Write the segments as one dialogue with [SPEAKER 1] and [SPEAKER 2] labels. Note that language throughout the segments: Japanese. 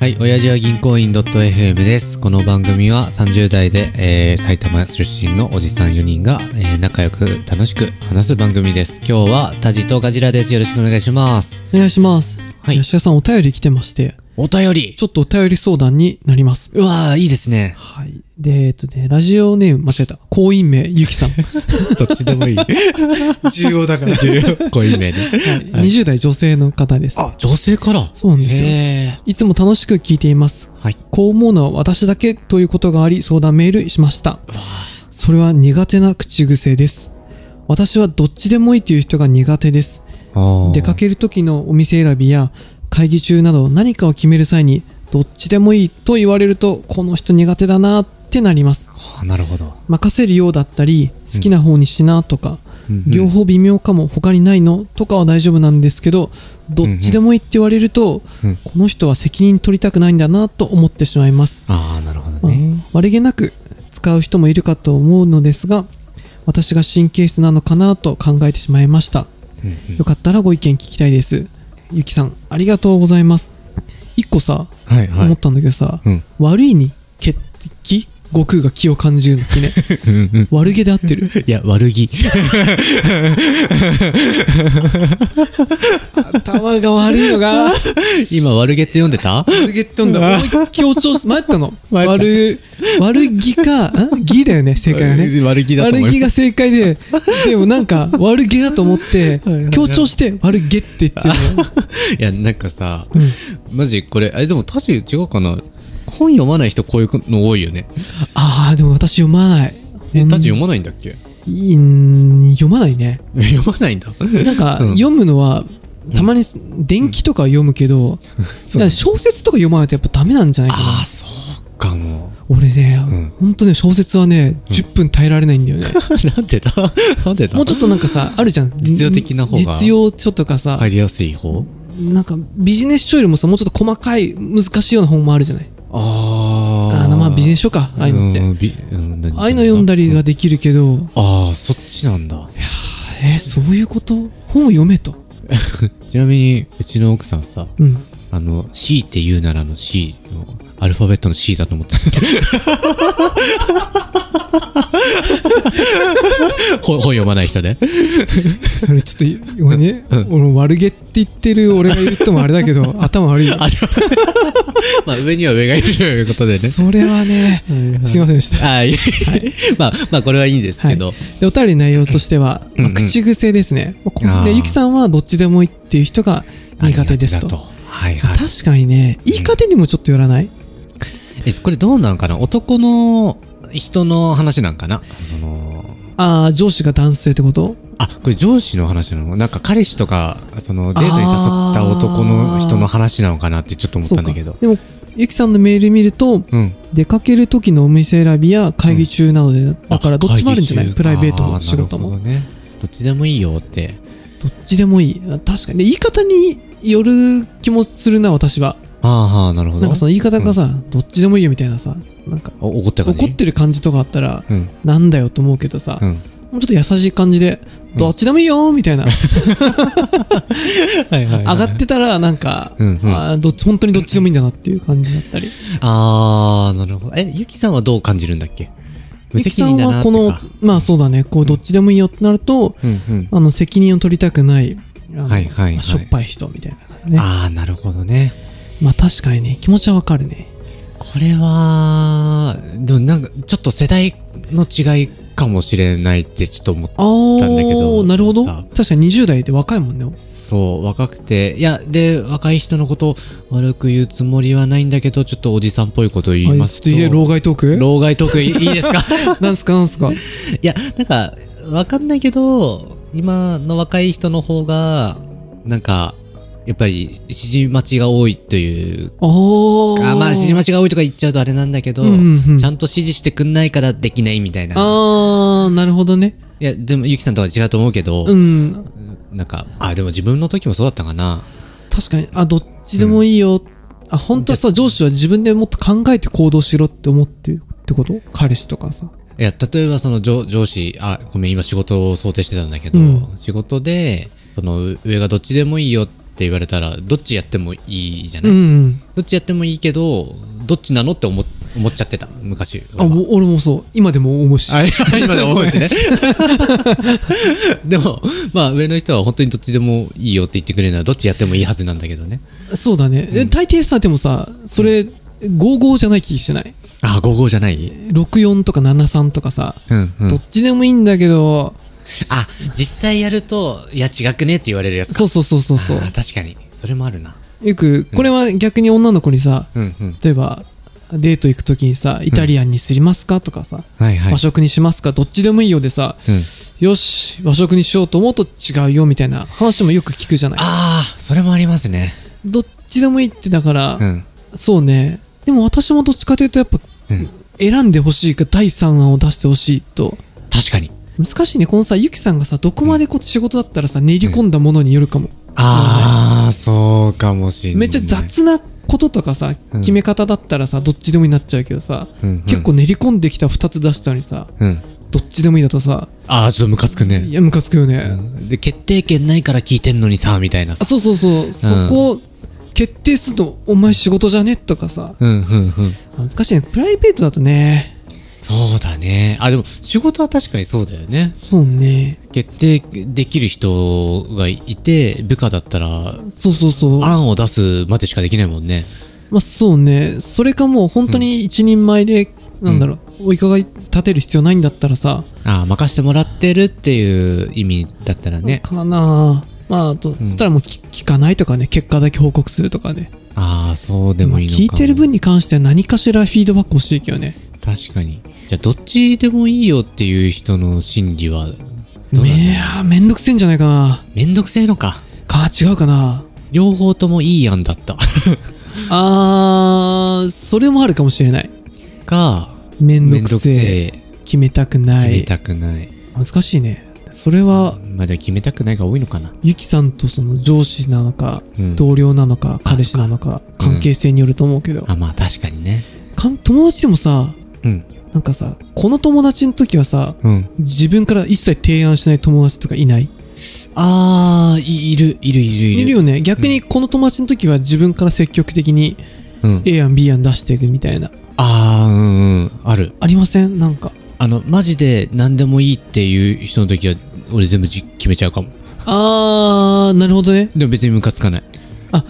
[SPEAKER 1] はい、親父は銀行員 .fm です。この番組は30代で、えー埼玉出身のおじさん4人が、えー仲良く楽しく話す番組です。今日はタジとガジラです。よろしくお願いします。
[SPEAKER 2] お願いします。はい。吉田さん、お便り来てまして、
[SPEAKER 1] お便り
[SPEAKER 2] ちょっとお便り相談になります。
[SPEAKER 1] うわー、いいですね。
[SPEAKER 2] はい。で、えっとね、ラジオネーム間違えた。婚姻名、ゆきさん。 はい
[SPEAKER 1] どっちでも いい。重要だから。重要。濃いめで。
[SPEAKER 2] 20代女性の方です。
[SPEAKER 1] あ、女性から。
[SPEAKER 2] そうなんですよ。
[SPEAKER 1] へ
[SPEAKER 2] いつも楽しく聞いています。
[SPEAKER 1] ー。はい。
[SPEAKER 2] こう思うのは私だけということがあり、相談メールしました。それは苦手な口癖です。私はどっちでもいいという人が苦手です。出か
[SPEAKER 1] け
[SPEAKER 2] ける時のお店選びや会議中など何かを決める際にどっちでもいいと言われるとこの人苦手だなってなります
[SPEAKER 1] はあ、なるほど。
[SPEAKER 2] 任せるようだったり好きな方にしなとか、両方微妙かも他にないのとかは大丈夫なんですけどどっちでもいいって言われると、
[SPEAKER 1] うん
[SPEAKER 2] この人は責任取りたくないんだなと思ってしまいます
[SPEAKER 1] ああ、なるほど
[SPEAKER 2] まあ
[SPEAKER 1] ね。
[SPEAKER 2] 悪気なく使う人もいるかと思うのですが私が神経質なのかなと考えてしまいました
[SPEAKER 1] うんうん
[SPEAKER 2] よかったらご意見聞きたいです。ゆきさん、ありがとうございます。一個さ、
[SPEAKER 1] はい、は
[SPEAKER 2] 思っ
[SPEAKER 1] い。
[SPEAKER 2] たんだけどさ、
[SPEAKER 1] うん。
[SPEAKER 2] 悪いに血 気悟空が気を感じるの気ね。悪気で合ってる。
[SPEAKER 1] いや、悪気。
[SPEAKER 2] 頭が悪いのが、
[SPEAKER 1] 今、悪気って読んでた
[SPEAKER 2] 悪気って言うんだ。思いっきり強調し、迷ったの。
[SPEAKER 1] 迷った
[SPEAKER 2] 悪、悪 気か、ん義だよね、正解はね。
[SPEAKER 1] 悪気だと思い
[SPEAKER 2] 悪
[SPEAKER 1] ます
[SPEAKER 2] 気。が正 解で、でもなんか、悪気だと思って
[SPEAKER 1] いはいは、い
[SPEAKER 2] 強調して、悪気って言ってる のよ。
[SPEAKER 1] いや、なんかさ、
[SPEAKER 2] うん
[SPEAKER 1] マジこれ、あれでも確かに違うかな。本読まない人こういうの多いよね。
[SPEAKER 2] ああ、でも私読まない。
[SPEAKER 1] え、
[SPEAKER 2] うん
[SPEAKER 1] タジ読まないんだっけ
[SPEAKER 2] いいん読まないね。
[SPEAKER 1] 読まないんだ。
[SPEAKER 2] なんか、
[SPEAKER 1] うん
[SPEAKER 2] 読むのは、たまに電気とかは読むけど、なんか小説とか読まないとやっぱダメなんじゃないか
[SPEAKER 1] あ
[SPEAKER 2] な
[SPEAKER 1] あ、。そうかも。
[SPEAKER 2] 俺ね、
[SPEAKER 1] うん
[SPEAKER 2] ほんとね、小説はね、10分耐えられないんだよね。
[SPEAKER 1] なんでだなんでだ
[SPEAKER 2] もうちょっとなんかさ、あるじゃん。
[SPEAKER 1] 実用的な方が
[SPEAKER 2] 実用書とかさ、
[SPEAKER 1] 入りやすい方
[SPEAKER 2] なんかビジネス書よりもさ、もうちょっと細かい、難しいような本もあるじゃない。
[SPEAKER 1] あ
[SPEAKER 2] あ
[SPEAKER 1] あ。
[SPEAKER 2] の、まあビジネス書か、ああいうのって。
[SPEAKER 1] って
[SPEAKER 2] ああいうの読んだりができるけど、
[SPEAKER 1] ああ、そっちなんだ。
[SPEAKER 2] えー、そういうこと本を読めと。
[SPEAKER 1] ちなみに、うちの奥さんさ、
[SPEAKER 2] うん。
[SPEAKER 1] あの、C って言うならの C の、アルファベットの C だと思った。 本本読まない人ね。
[SPEAKER 2] それちょっと、俺ね、俺悪気って言ってる俺が言ってもあれだけ ど、頭悪いよ。
[SPEAKER 1] まあ、上には上がいるということでね。
[SPEAKER 2] それはね、すいませんでした。
[SPEAKER 1] はい。まあ、まあ、これはいいんですけど。
[SPEAKER 2] で、お便りの内容としては、
[SPEAKER 1] うん
[SPEAKER 2] まあ口癖ですね。まあこ
[SPEAKER 1] あー
[SPEAKER 2] で、ゆきさんはどっちでもいいっていう人が苦手ですと。
[SPEAKER 1] 苦手だはいはい。
[SPEAKER 2] 確かにね、言い方にもちょっとよらない
[SPEAKER 1] え、これどうなんかな男の人の話なんかなその、
[SPEAKER 2] ああ、上司が男性ってこと
[SPEAKER 1] あ、これ上司の話なのなんか彼氏とか、そのデートに誘った男の人の話なのかなってちょっと思ったんだけど。
[SPEAKER 2] でも、ゆきさんのメール見ると、
[SPEAKER 1] うん。
[SPEAKER 2] 出かける時のお店選びや会議中などで、だからどっちもあるんじゃな
[SPEAKER 1] 会
[SPEAKER 2] い
[SPEAKER 1] 議中
[SPEAKER 2] プライベート
[SPEAKER 1] あ
[SPEAKER 2] も仕事
[SPEAKER 1] な
[SPEAKER 2] も。
[SPEAKER 1] るほどね。どっちでもいいよって。
[SPEAKER 2] どっちでもいい。あ確かに。で言い方による気もするな、私は。
[SPEAKER 1] ああ、なるほど。
[SPEAKER 2] なんかその言い方がさ、どっちでもいいよみたいなさ、なんか、
[SPEAKER 1] お怒った感じ
[SPEAKER 2] 怒ってる感じとかあったら、
[SPEAKER 1] うん。
[SPEAKER 2] なんだよと思うけどさ、
[SPEAKER 1] うん。
[SPEAKER 2] もうちょっと優しい感じで、どっちでもいいよみたいな、
[SPEAKER 1] はいはい、
[SPEAKER 2] 上がってたらなんか、
[SPEAKER 1] うんうん
[SPEAKER 2] あーどっち本当にどっちでもいいんだなっていう感じだったり。
[SPEAKER 1] ああ、なるほど。え、ゆきさんはどう感じるんだっけ無
[SPEAKER 2] ゆき
[SPEAKER 1] 責
[SPEAKER 2] さん
[SPEAKER 1] 任だな
[SPEAKER 2] は
[SPEAKER 1] って
[SPEAKER 2] こ
[SPEAKER 1] いうか。
[SPEAKER 2] の、まあそうだね、こうどっちでもいいよってなると、
[SPEAKER 1] うんうん。
[SPEAKER 2] あの責任を取りたくない、あの
[SPEAKER 1] はいはいはい
[SPEAKER 2] まあしょっぱい人みたいな、ね。
[SPEAKER 1] ああ、なるほどね。
[SPEAKER 2] まあ確かにね、気持ちはわかるね。
[SPEAKER 1] これは、でもなんか、ちょっと世代の違いかもしれないってちょっと思っ
[SPEAKER 2] あ
[SPEAKER 1] んだけど
[SPEAKER 2] ー、なるほど。
[SPEAKER 1] さ
[SPEAKER 2] 確かに20代で若いもんね。
[SPEAKER 1] そう、若くて、いや、で、若い人のことを悪く言うつもりはないんだけど、ちょっとおじさんっぽいことを言いますと。
[SPEAKER 2] あちょっと言え老害トーク
[SPEAKER 1] 老害得意、いいですか
[SPEAKER 2] なんすかなんすか
[SPEAKER 1] いや、なんか、わかんないけど、今の若い人の方が、なんか、やっぱり、指示待ちが多いという
[SPEAKER 2] あー。
[SPEAKER 1] か、まあ、指示待ちが多いとか言っちゃうとあれなんだけど、
[SPEAKER 2] うんうんうん
[SPEAKER 1] ちゃんと指示してくんないからできないみたいな。
[SPEAKER 2] あー、なるほどね。
[SPEAKER 1] いや、でも、ゆきさんとは違うと思うけど、
[SPEAKER 2] うん。
[SPEAKER 1] なんか、あ、でも自分の時もそうだったかな。
[SPEAKER 2] 確かに、あ、どっちでもいいよ。あ、本当はさ、上司は自分でもっと考えて行動しろって思ってるってこと彼氏とかさ。
[SPEAKER 1] いや、例えばその上上司、あ、ごめん、今仕事を想定してたんだけど、
[SPEAKER 2] うん
[SPEAKER 1] 仕事で、その上がどっちでもいいよって言われたらどっちやってもいいじゃな
[SPEAKER 2] う
[SPEAKER 1] い、
[SPEAKER 2] ん。
[SPEAKER 1] どっちやってもいいけどどっちなのって思思っちゃってた昔
[SPEAKER 2] あ、もう俺もそう。今でも思う し。
[SPEAKER 1] あ今でも思うしね でもまあ上の人は本当にどっちでもいいよって言ってくれるのはどっちやってもいいはずなんだけどね
[SPEAKER 2] そうだね。え大抵さ、でもさ、それ、55じゃない気しない。
[SPEAKER 1] ああ55じゃない
[SPEAKER 2] 64とか73とかさ、
[SPEAKER 1] うんうん
[SPEAKER 2] どっちでもいいんだけど、
[SPEAKER 1] あ実際やるといや違くねって言われるやつか
[SPEAKER 2] そうそうそうそうそう
[SPEAKER 1] あ。ー確かにそれもあるな
[SPEAKER 2] よく、これは逆に女の子にさ、
[SPEAKER 1] うんうん
[SPEAKER 2] 例えば、デート行くときにさ、イタリアンにすりますかとかさ、
[SPEAKER 1] はいはい
[SPEAKER 2] 和食にしますかどっちでもいいよでさ、
[SPEAKER 1] うん
[SPEAKER 2] よし、和食にしようと思うと違うよみたいな話もよく聞くじゃない。
[SPEAKER 1] ああそれもありますね
[SPEAKER 2] どっちでもいいってだから、
[SPEAKER 1] うん
[SPEAKER 2] そうね。でも私もどっちかというとやっぱ、
[SPEAKER 1] うん
[SPEAKER 2] 選んでほしいか第3案を出してほしいと。
[SPEAKER 1] 確かに
[SPEAKER 2] 難しいね。このさ、ゆきさんがさ、どこまでこう仕事だったらさ、練り込んだものによるかも。
[SPEAKER 1] ああそうかもしんない
[SPEAKER 2] めっちゃ雑なこととかさ、
[SPEAKER 1] うん
[SPEAKER 2] 決め方だったらさ、どっちでもになっちゃうけどさ、
[SPEAKER 1] うんうん
[SPEAKER 2] 結構練り込んできた2つ出したのにさ、
[SPEAKER 1] うん
[SPEAKER 2] どっちでもいいだとさ、
[SPEAKER 1] ああちょっとムカつく
[SPEAKER 2] い
[SPEAKER 1] ね
[SPEAKER 2] や、ムカつくよね。
[SPEAKER 1] で決定権ないから聞いてんのにさみたいな
[SPEAKER 2] あそうそうそう、そこを決定するとお前仕事じゃねとかさ
[SPEAKER 1] うんうんうん
[SPEAKER 2] 難しいねプライベートだとね
[SPEAKER 1] そうだねあでも仕事は確かにそうだよね
[SPEAKER 2] そうね
[SPEAKER 1] 決定できる人がいて部下だったら
[SPEAKER 2] そうそうそう
[SPEAKER 1] 案を出すまでしかできないもんね
[SPEAKER 2] まあそうねそれかもう本当に一人前で、なんだろうお伺い立てる必要ないんだったらさ、
[SPEAKER 1] ああ任してもらってるっていう意味だったらね
[SPEAKER 2] かなあまああと、そしたらもう聞聞かないとかね結果だけ報告するとかね
[SPEAKER 1] ああそうでもいいのか
[SPEAKER 2] 聞いてる分に関しては何かしらフィードバック欲しいけどね
[SPEAKER 1] 確かにじゃあどっちでもいいよっていう人の心理はどうなんだろう
[SPEAKER 2] いやーめんどくせえんじゃないかな
[SPEAKER 1] めんどくせえのか
[SPEAKER 2] か違うかな
[SPEAKER 1] 両方ともいい案だった
[SPEAKER 2] あーそれもあるかもしれない
[SPEAKER 1] か
[SPEAKER 2] めん
[SPEAKER 1] め
[SPEAKER 2] ど
[SPEAKER 1] ん
[SPEAKER 2] く
[SPEAKER 1] どく
[SPEAKER 2] せ
[SPEAKER 1] せ
[SPEAKER 2] え。
[SPEAKER 1] え
[SPEAKER 2] 決めたくな
[SPEAKER 1] 決め
[SPEAKER 2] い。
[SPEAKER 1] たくない、
[SPEAKER 2] 難しいね。それは、
[SPEAKER 1] まあでも決めたくないが多いのかな
[SPEAKER 2] ゆきさんとその上司なのか、
[SPEAKER 1] うん
[SPEAKER 2] 同僚なのか、彼氏なのか、
[SPEAKER 1] うん
[SPEAKER 2] 関係性によると思うけど、
[SPEAKER 1] あまあ確かにね
[SPEAKER 2] かん友達でもさ、
[SPEAKER 1] うん
[SPEAKER 2] なんかさ、この友達の時はさ、
[SPEAKER 1] うん
[SPEAKER 2] 自分から一切提案しない友達とかいない
[SPEAKER 1] あーいいるいるいるいる
[SPEAKER 2] いるよね。逆にこの友達の時は自分から積極的に
[SPEAKER 1] うん、
[SPEAKER 2] A 案 B 案出していくみたいな。
[SPEAKER 1] あーうんうんある
[SPEAKER 2] ありませんなんか。
[SPEAKER 1] あのマジで何でもいいっていう人の時は俺全部じ決めちゃうかも
[SPEAKER 2] あー、なるほどね。
[SPEAKER 1] でも別にムカつかない
[SPEAKER 2] あ、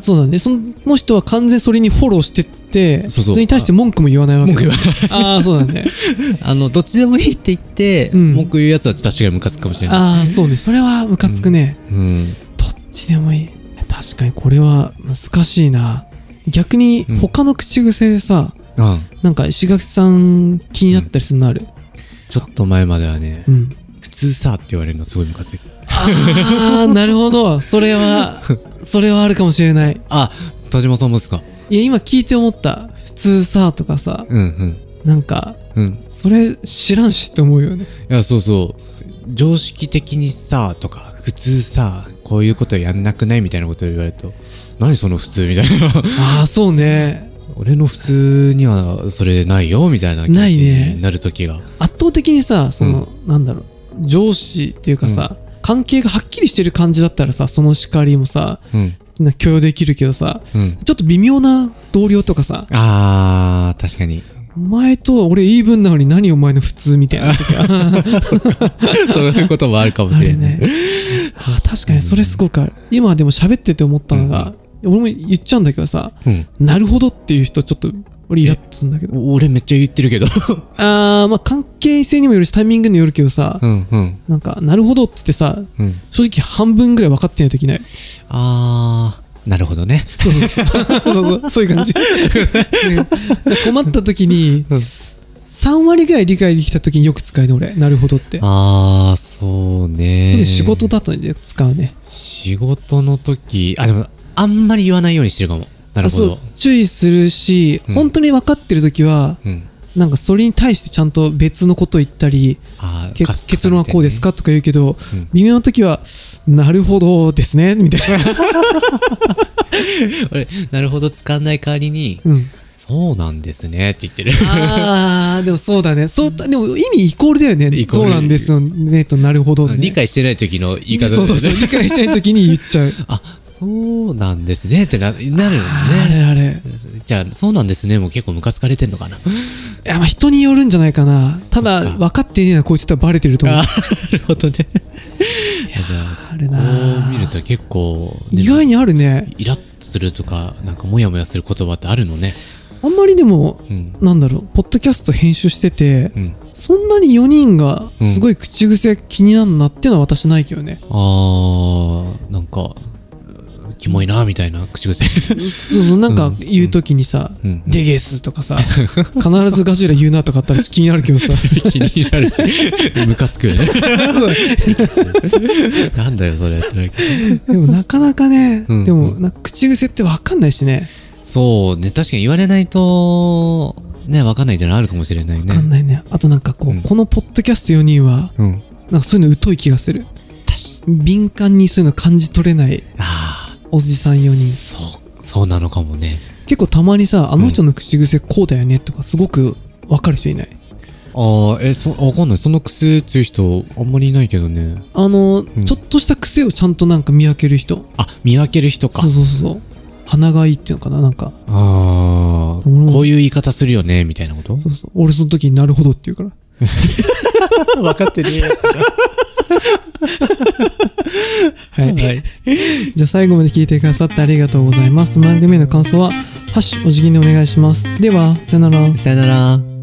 [SPEAKER 2] そうだね。その人は完全にそれにフォローしてって、
[SPEAKER 1] そうそう
[SPEAKER 2] れに対して文句も言わないわけ
[SPEAKER 1] 文
[SPEAKER 2] だ
[SPEAKER 1] 句言わない
[SPEAKER 2] ああ、そうだね。
[SPEAKER 1] あのどっちでもいいって言って、
[SPEAKER 2] うん
[SPEAKER 1] 文句言うやつはちょっと確かにムカつくかもしれない
[SPEAKER 2] ああ、そうね。それはムカつくね。
[SPEAKER 1] うん
[SPEAKER 2] どっちでもいい。確かにこれは難しいな。逆に
[SPEAKER 1] うん
[SPEAKER 2] 他の口癖でさ、
[SPEAKER 1] あ
[SPEAKER 2] なんか石垣さん気になったりするのある。
[SPEAKER 1] ちょっと前まではね、
[SPEAKER 2] うん。
[SPEAKER 1] 普通さって言われるのすごいムカついてた
[SPEAKER 2] ああ、なるほど。それは、それはあるかもしれない。
[SPEAKER 1] あ田島さんもですか
[SPEAKER 2] いや、今聞いて思った。普通さ、とかさ、
[SPEAKER 1] うんうん
[SPEAKER 2] なんか、
[SPEAKER 1] うんい
[SPEAKER 2] それ知らんしって思うよね。
[SPEAKER 1] やそうそう常識的にさとか普通さこういうことやんなくないみたいなことを言われると何その普通みたいな
[SPEAKER 2] ああ、そうね。
[SPEAKER 1] 俺の普通にはそれないよみたいな気持ち
[SPEAKER 2] ないね
[SPEAKER 1] になる時が、
[SPEAKER 2] 圧倒的にさその、なんだろう上司っていうかさ、関係がはっきりしてる感じだったらさその叱りもさ
[SPEAKER 1] うん
[SPEAKER 2] な許容できるけどさ
[SPEAKER 1] うん
[SPEAKER 2] ちょっと微妙な同僚とかさ
[SPEAKER 1] あー確か に
[SPEAKER 2] お前と俺言い分なのに何お前の普通みたいな 時は
[SPEAKER 1] そういうこともあるかも
[SPEAKER 2] あ
[SPEAKER 1] しれ
[SPEAKER 2] る
[SPEAKER 1] ない、
[SPEAKER 2] ねあ確かにそれすごくある今でも喋ってて思ったのが、俺も言っちゃうんだけどさ
[SPEAKER 1] うん
[SPEAKER 2] なるほどっていう人ちょっと俺イラッとするんだけど
[SPEAKER 1] 俺めっちゃ言ってるけど
[SPEAKER 2] あーまあ関係性にもよるしタイミングにもよるけどさ、
[SPEAKER 1] うんうん
[SPEAKER 2] なんかなるほどって言ってさ
[SPEAKER 1] うん
[SPEAKER 2] 正直半分ぐらい分かってないといけない
[SPEAKER 1] あーなるほどね
[SPEAKER 2] そう そうそうそう、そういう感じ。困った時に、
[SPEAKER 1] うん
[SPEAKER 2] 3割ぐらい理解できた時によく使うの俺、なるほどって。
[SPEAKER 1] ああ、そうね。
[SPEAKER 2] 特に仕事。だとね使うね。
[SPEAKER 1] 仕事の時、あ、でも、あんまり言わないようにしてるかも。なるほ
[SPEAKER 2] あそ
[SPEAKER 1] ど
[SPEAKER 2] う。注意するし、
[SPEAKER 1] うん
[SPEAKER 2] 本当に分かってる時は、
[SPEAKER 1] うん。
[SPEAKER 2] なんかそれに対してちゃんと別のことを言ったり、
[SPEAKER 1] あー
[SPEAKER 2] け
[SPEAKER 1] かす
[SPEAKER 2] 結論はこうですかとか言うけど、
[SPEAKER 1] うん
[SPEAKER 2] 微妙な時は、なるほどですね、み たいな。
[SPEAKER 1] 俺、なるほど、使わない代わりに、
[SPEAKER 2] うん、
[SPEAKER 1] そうなんですねって言ってる。
[SPEAKER 2] ああ、でもそうだね。そう、でも意味イコールだよね。
[SPEAKER 1] イコー
[SPEAKER 2] そ
[SPEAKER 1] ル
[SPEAKER 2] うな んですよね、となるほど、ね。
[SPEAKER 1] 理解してない時の言い方
[SPEAKER 2] そうそうそう。理解したい時に言っちゃう。
[SPEAKER 1] あ、そうなんですねってな、なるよ
[SPEAKER 2] あ
[SPEAKER 1] ね。
[SPEAKER 2] れあれ。
[SPEAKER 1] じゃあ、そうなんですね。もう結構ムカつかれてんのかな。
[SPEAKER 2] いや、まあ人によるんじゃないかな。ただ、
[SPEAKER 1] そっか
[SPEAKER 2] 分かってねえな、こいつってバレてると思う
[SPEAKER 1] あ。ーなるほどね。じゃあ、
[SPEAKER 2] あるなあ
[SPEAKER 1] こう見ると結構、ね
[SPEAKER 2] 意外にあるね。
[SPEAKER 1] イラッとするとか、なんかモヤモヤする言葉ってあるのね。
[SPEAKER 2] あんまりでも、
[SPEAKER 1] うん。
[SPEAKER 2] なんだろう、ポッドキャスト編集してて、
[SPEAKER 1] うん。
[SPEAKER 2] そんなに4人が
[SPEAKER 1] うん
[SPEAKER 2] すごい口癖気になるなっていうのは私ないけどね。
[SPEAKER 1] あー、なんか、キモいな、みたいな口癖。
[SPEAKER 2] そうそう、なんか言うときにさ、
[SPEAKER 1] うん
[SPEAKER 2] デゲスとかさ、必ずガジラ言うなとかあったら気になるけど さ。
[SPEAKER 1] 気になる し、ムカつくよね。 なんだよ、それ。
[SPEAKER 2] でもなかなかね、
[SPEAKER 1] うん
[SPEAKER 2] でも
[SPEAKER 1] う
[SPEAKER 2] なんか口癖ってわかんないしね。
[SPEAKER 1] そうね、確かに言われないと、ね、わかんないっていうのはあるかもしれない
[SPEAKER 2] わかん
[SPEAKER 1] ね。
[SPEAKER 2] ないね。あとなんかこう、
[SPEAKER 1] うん
[SPEAKER 2] このポッドキャスト4人は、
[SPEAKER 1] うん。
[SPEAKER 2] なんかそういうの疎い気がする。敏感にそういうの感じ取れない
[SPEAKER 1] あ
[SPEAKER 2] おじさん4
[SPEAKER 1] あ。
[SPEAKER 2] 人。
[SPEAKER 1] そう、そうなのかもね。
[SPEAKER 2] 結構たまにさ、あの人の口癖こうだよねとかすごくわかる人いない。
[SPEAKER 1] ああ、え、そ、わかんない。その癖ついう人、あんまりいないけどね。
[SPEAKER 2] あの、
[SPEAKER 1] ん
[SPEAKER 2] ちょっとした癖をちゃんとなんか見分ける人。
[SPEAKER 1] あ、見分ける人か
[SPEAKER 2] そう。そうそうそう。鼻がいいっていうのかななんか。
[SPEAKER 1] ああ、
[SPEAKER 2] 俺も
[SPEAKER 1] こういう言い方するよね、みたいなこと
[SPEAKER 2] そうそう。俺その時になるほどって言うから。
[SPEAKER 1] 分かってるやつだ。
[SPEAKER 2] はい。
[SPEAKER 1] はい。
[SPEAKER 2] じゃあ最後まで聞いてくださってありがとうございます。番組への感想は、ハッシュお辞儀にお願いします。では、さよなら。
[SPEAKER 1] さよなら。